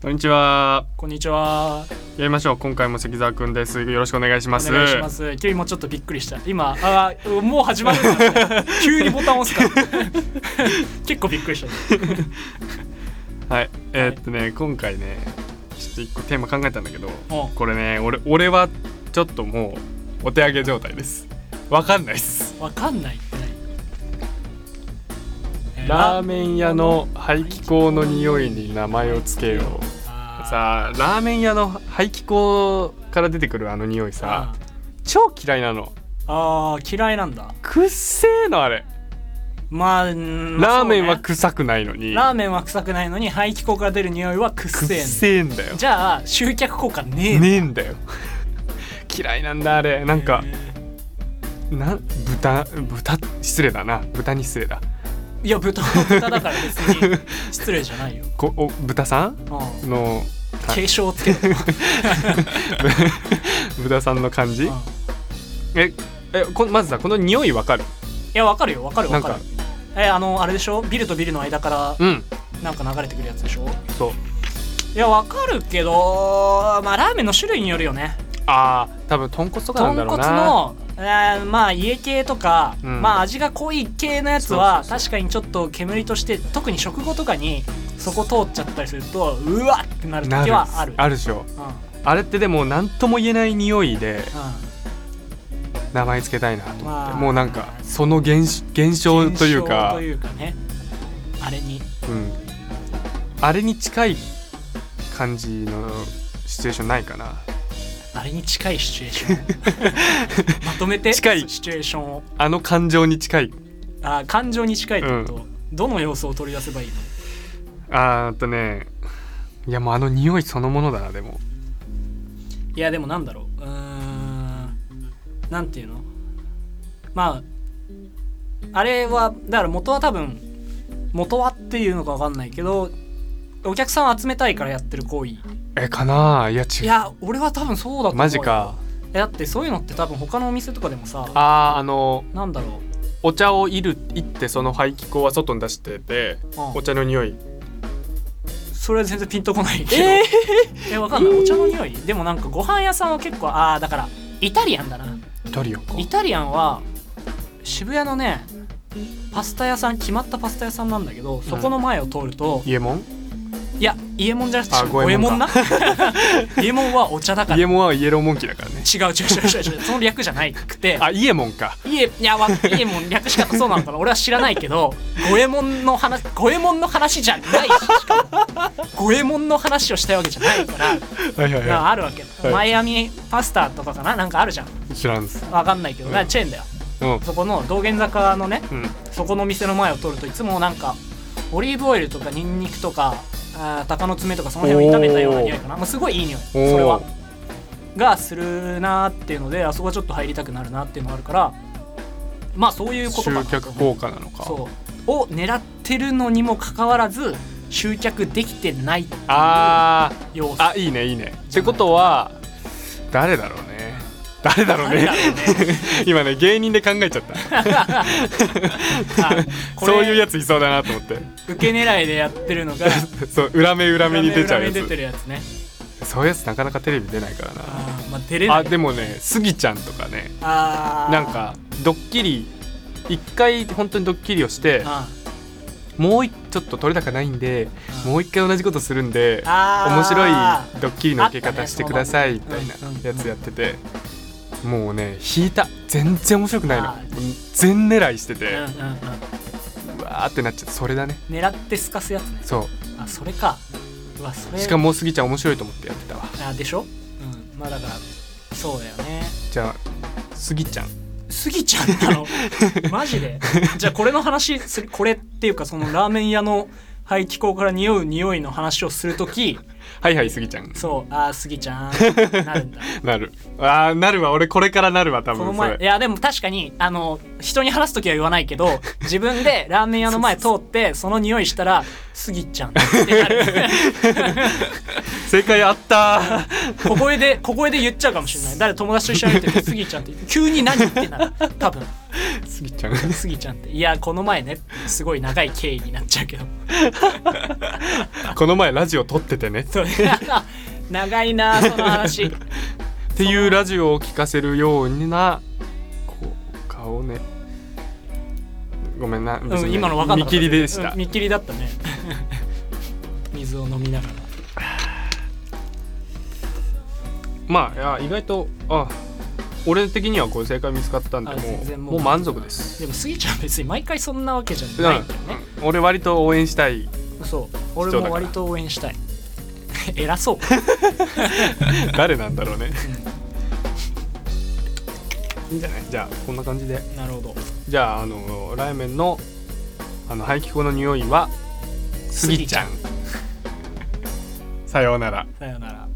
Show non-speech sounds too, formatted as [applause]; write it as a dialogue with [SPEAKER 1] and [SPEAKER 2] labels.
[SPEAKER 1] こんにちは。
[SPEAKER 2] こんにちは。
[SPEAKER 1] やりましょう。今回も関澤くんです。よろしくお願いし
[SPEAKER 2] お
[SPEAKER 1] ます。
[SPEAKER 2] 願いします。キュウイもちょっとびっくりした。今、あーもう始まるんだ
[SPEAKER 1] [laughs]
[SPEAKER 2] と思って。急にボタン押すから。 [laughs] 結構びっくりした。
[SPEAKER 1] はい。えーっとね、今回ね、ちょっと一個テーマ考えたんだけど、
[SPEAKER 2] お
[SPEAKER 1] これね、俺俺はちょっともうお手上げ状態です。わかんないっす。
[SPEAKER 2] わかんないって何え
[SPEAKER 1] ラーメン屋の排気口の匂いに名前をつけよう。
[SPEAKER 2] あー
[SPEAKER 1] さあ、ラーメン屋の排気口から出てくるあの匂いさ、超嫌いなの。
[SPEAKER 2] あー嫌いなんだ
[SPEAKER 1] くっせーのあれ。
[SPEAKER 2] まあうーん
[SPEAKER 1] ラーメンは
[SPEAKER 2] そうね
[SPEAKER 1] 臭くないのに。
[SPEAKER 2] ラーメンは臭くないのに排気口から出る匂いはくっ
[SPEAKER 1] くっ
[SPEAKER 2] せえんだ
[SPEAKER 1] せーんだよ。
[SPEAKER 2] じゃあ集客効果ねえ
[SPEAKER 1] ねえんだよ嫌いなんだあれなんか
[SPEAKER 2] え
[SPEAKER 1] な豚豚失礼だな豚に失礼だ
[SPEAKER 2] ーいや豚は豚だから別に
[SPEAKER 1] [laughs]
[SPEAKER 2] 失礼じゃないよ、
[SPEAKER 1] こお豚さん
[SPEAKER 2] うん、
[SPEAKER 1] のか
[SPEAKER 2] 継承つけて、うん
[SPEAKER 1] 豚さんの感じ
[SPEAKER 2] い
[SPEAKER 1] ええこまずさこの匂いわかる
[SPEAKER 2] やわかるよわかる
[SPEAKER 1] な
[SPEAKER 2] わ
[SPEAKER 1] ん
[SPEAKER 2] か
[SPEAKER 1] か
[SPEAKER 2] るえあのあれでしょビルとビルの間から
[SPEAKER 1] うん
[SPEAKER 2] なんか流れてくるやつでしょ
[SPEAKER 1] そう
[SPEAKER 2] いやわかるけどまあラーメンの種類によるよね
[SPEAKER 1] あー多分豚骨とかなんだろう
[SPEAKER 2] 豚骨
[SPEAKER 1] な
[SPEAKER 2] のえーまあ家系とか、
[SPEAKER 1] うん
[SPEAKER 2] まあ味が濃い系のやつは
[SPEAKER 1] そうそうそう
[SPEAKER 2] 確かにちょっと煙として特に食後とかにそこ通っちゃったりするとうわっってなる
[SPEAKER 1] な
[SPEAKER 2] 時
[SPEAKER 1] る
[SPEAKER 2] はある
[SPEAKER 1] あるでしょあれってでも何とも言えない匂いで名前つけたいなと思って、
[SPEAKER 2] まあ
[SPEAKER 1] もうなんかその現し現
[SPEAKER 2] うん
[SPEAKER 1] 象
[SPEAKER 2] 現
[SPEAKER 1] というか
[SPEAKER 2] 象というかねあれに
[SPEAKER 1] うん、あれに近い感じのシチュエーションないかな
[SPEAKER 2] あれに近いシチュエーショ
[SPEAKER 1] [laughs]
[SPEAKER 2] ンまとめて
[SPEAKER 1] 近い
[SPEAKER 2] シチュエーションを
[SPEAKER 1] あの感情に近い
[SPEAKER 2] あー感情に近いってこと、どの要素を取り出せばいいの
[SPEAKER 1] あーっとねいやもうあの匂いそのものだなでも
[SPEAKER 2] いやでもなんだろううーんなんていうのまああれはだから元は多分元はっていうのか分かんないけどお客さんを集めたいからやってる行為い
[SPEAKER 1] えかないや違う
[SPEAKER 2] や俺は多分そうだと思うよ
[SPEAKER 1] マジか
[SPEAKER 2] えだってそういうのって多分他のお店とかでもさ
[SPEAKER 1] あーあの
[SPEAKER 2] なんだろ
[SPEAKER 1] お茶をいるいってその排気口は外に出してて
[SPEAKER 2] う、うん
[SPEAKER 1] お茶の匂い
[SPEAKER 2] それは全然ピンとこないけどええ分かんないお茶の匂いでもなんかご飯屋さんは結構ああだからイタリアンだな
[SPEAKER 1] イタリアンか
[SPEAKER 2] イタリアンは渋谷のねパスタ屋さん決まったパスタ屋さんなんだけどそこの前を通ると、
[SPEAKER 1] イエモン
[SPEAKER 2] いや伊右衛門じゃなくて
[SPEAKER 1] あ
[SPEAKER 2] 五
[SPEAKER 1] 五
[SPEAKER 2] 右衛
[SPEAKER 1] 右衛
[SPEAKER 2] 門
[SPEAKER 1] 門
[SPEAKER 2] な [laughs] 伊右衛門はお茶だか
[SPEAKER 1] イエ
[SPEAKER 2] ら違う
[SPEAKER 1] モンはイエローモンキーだからね
[SPEAKER 2] 違う違う違う違うその略じゃないくて
[SPEAKER 1] あイエモンか
[SPEAKER 2] いえいやわ伊右衛門略し方そうなのかな俺は知らないけど五右衛門の話五右衛門の話じゃないししかも五右衛門の話をしたいわけじゃないから
[SPEAKER 1] はいはい
[SPEAKER 2] なんか
[SPEAKER 1] は
[SPEAKER 2] あるわけ、
[SPEAKER 1] い
[SPEAKER 2] マイアミパスタとかかななんかあるじゃん
[SPEAKER 1] い知らんです
[SPEAKER 2] わかんないけど、
[SPEAKER 1] うん
[SPEAKER 2] だからチェーンだよ
[SPEAKER 1] うん
[SPEAKER 2] そこの道玄坂のね
[SPEAKER 1] うん
[SPEAKER 2] そこの店の前を通るといつもなんかオリーブオイルとかニンニクとかあー鷹の爪とかその辺を炒めたような匂いかな、まあ、すごいいい匂いそ
[SPEAKER 1] おー
[SPEAKER 2] れはがするなーっていうのであそこはちょっと入りたくなるなっていうのがあるからまあそういうことかな
[SPEAKER 1] 集客効果なのか
[SPEAKER 2] そうを狙ってるのにもかかわらず集客できてないっていう
[SPEAKER 1] あー
[SPEAKER 2] 要
[SPEAKER 1] [laughs]
[SPEAKER 2] 素
[SPEAKER 1] あいいねいいねってことは誰だろうね誰だろう
[SPEAKER 2] 誰
[SPEAKER 1] ね
[SPEAKER 2] だろう
[SPEAKER 1] [laughs] 今ね芸人で考えちゃった
[SPEAKER 2] あこれ
[SPEAKER 1] そういうやついそうだなと思って
[SPEAKER 2] 受け狙いでやってるのが
[SPEAKER 1] そう裏目裏目に出ちゃう
[SPEAKER 2] 裏
[SPEAKER 1] や
[SPEAKER 2] 目出て
[SPEAKER 1] つ
[SPEAKER 2] るやつね
[SPEAKER 1] そういうやつなかなかテレビ出ないからな
[SPEAKER 2] あー、まあ、出れない
[SPEAKER 1] あでもねスギちゃんとかね
[SPEAKER 2] あー
[SPEAKER 1] なんかドッキリ一回本当にドッキリをして
[SPEAKER 2] あ
[SPEAKER 1] もういちょっと取れ高ないんで
[SPEAKER 2] うん
[SPEAKER 1] もう一回同じことするんで
[SPEAKER 2] あー
[SPEAKER 1] 面白いドッキリの受け
[SPEAKER 2] あったね
[SPEAKER 1] 方してくださいみ
[SPEAKER 2] その
[SPEAKER 1] たいな
[SPEAKER 2] うんうん
[SPEAKER 1] やつやっててもうね引いた全然面白くないの
[SPEAKER 2] あ
[SPEAKER 1] 全狙いしてて
[SPEAKER 2] うんうんうん
[SPEAKER 1] うわーってなっちゃってそれだね
[SPEAKER 2] 狙ってすかすやつね
[SPEAKER 1] そ
[SPEAKER 2] あそれかうわそうれ
[SPEAKER 1] しかもスギちゃん面白いと思ってやってたわ
[SPEAKER 2] あでしょうんまあだからそうだよね
[SPEAKER 1] じゃあスギちゃん
[SPEAKER 2] スギちゃんな
[SPEAKER 1] [laughs]
[SPEAKER 2] のマジでじゃあこれの話するこれっていうかそのラーメン屋の排気口から匂う匂いの話をするとき
[SPEAKER 1] はいはいスギちゃん
[SPEAKER 2] そうあースギちゃんってな
[SPEAKER 1] [laughs]
[SPEAKER 2] るんだ
[SPEAKER 1] なるあーなるわ俺これからなるわ多
[SPEAKER 2] この
[SPEAKER 1] 分そ
[SPEAKER 2] 前
[SPEAKER 1] れ
[SPEAKER 2] いやでも確かにあの人に話す時は言わないけど自分でラーメン屋の前通ってその匂いしたらスギちゃんって
[SPEAKER 1] [laughs]
[SPEAKER 2] なる
[SPEAKER 1] 正解あ [laughs] った
[SPEAKER 2] 小声で小声で言っちゃうかもしれない誰友達と一緒に見ててスギちゃんって言って急に何ってなる多分
[SPEAKER 1] ースすぎちゃう
[SPEAKER 2] すぎちゃんっていやこの前ねってすごい長い経緯になっちゃうけど [laughs]
[SPEAKER 1] この前ラジオ撮っててねっ
[SPEAKER 2] そう長いなその話
[SPEAKER 1] ていうラジオを聞かせるようなこう顔ねごめんな、別
[SPEAKER 2] うん、
[SPEAKER 1] に
[SPEAKER 2] 今の分かん
[SPEAKER 1] 見
[SPEAKER 2] なかった
[SPEAKER 1] 切りでした、
[SPEAKER 2] うん見切りだったね [laughs] 水を飲みながら
[SPEAKER 1] まあいや意外とあ俺的にはこう正解見つかったんで
[SPEAKER 2] あ
[SPEAKER 1] も
[SPEAKER 2] 全
[SPEAKER 1] う
[SPEAKER 2] 然
[SPEAKER 1] もう満足です
[SPEAKER 2] でもスギちゃん別に毎回そんなわけじゃないんだよね、
[SPEAKER 1] うん俺割と応援した
[SPEAKER 2] [laughs]
[SPEAKER 1] い
[SPEAKER 2] そう俺も割と応援したい [laughs] 偉そう、
[SPEAKER 1] 誰なんだろうね
[SPEAKER 2] う
[SPEAKER 1] いいんじゃないじゃあこんな感じで
[SPEAKER 2] ん、なるほど
[SPEAKER 1] じゃああのラーメンのあの排気口の匂いはスギちゃんさようなら
[SPEAKER 2] さよなら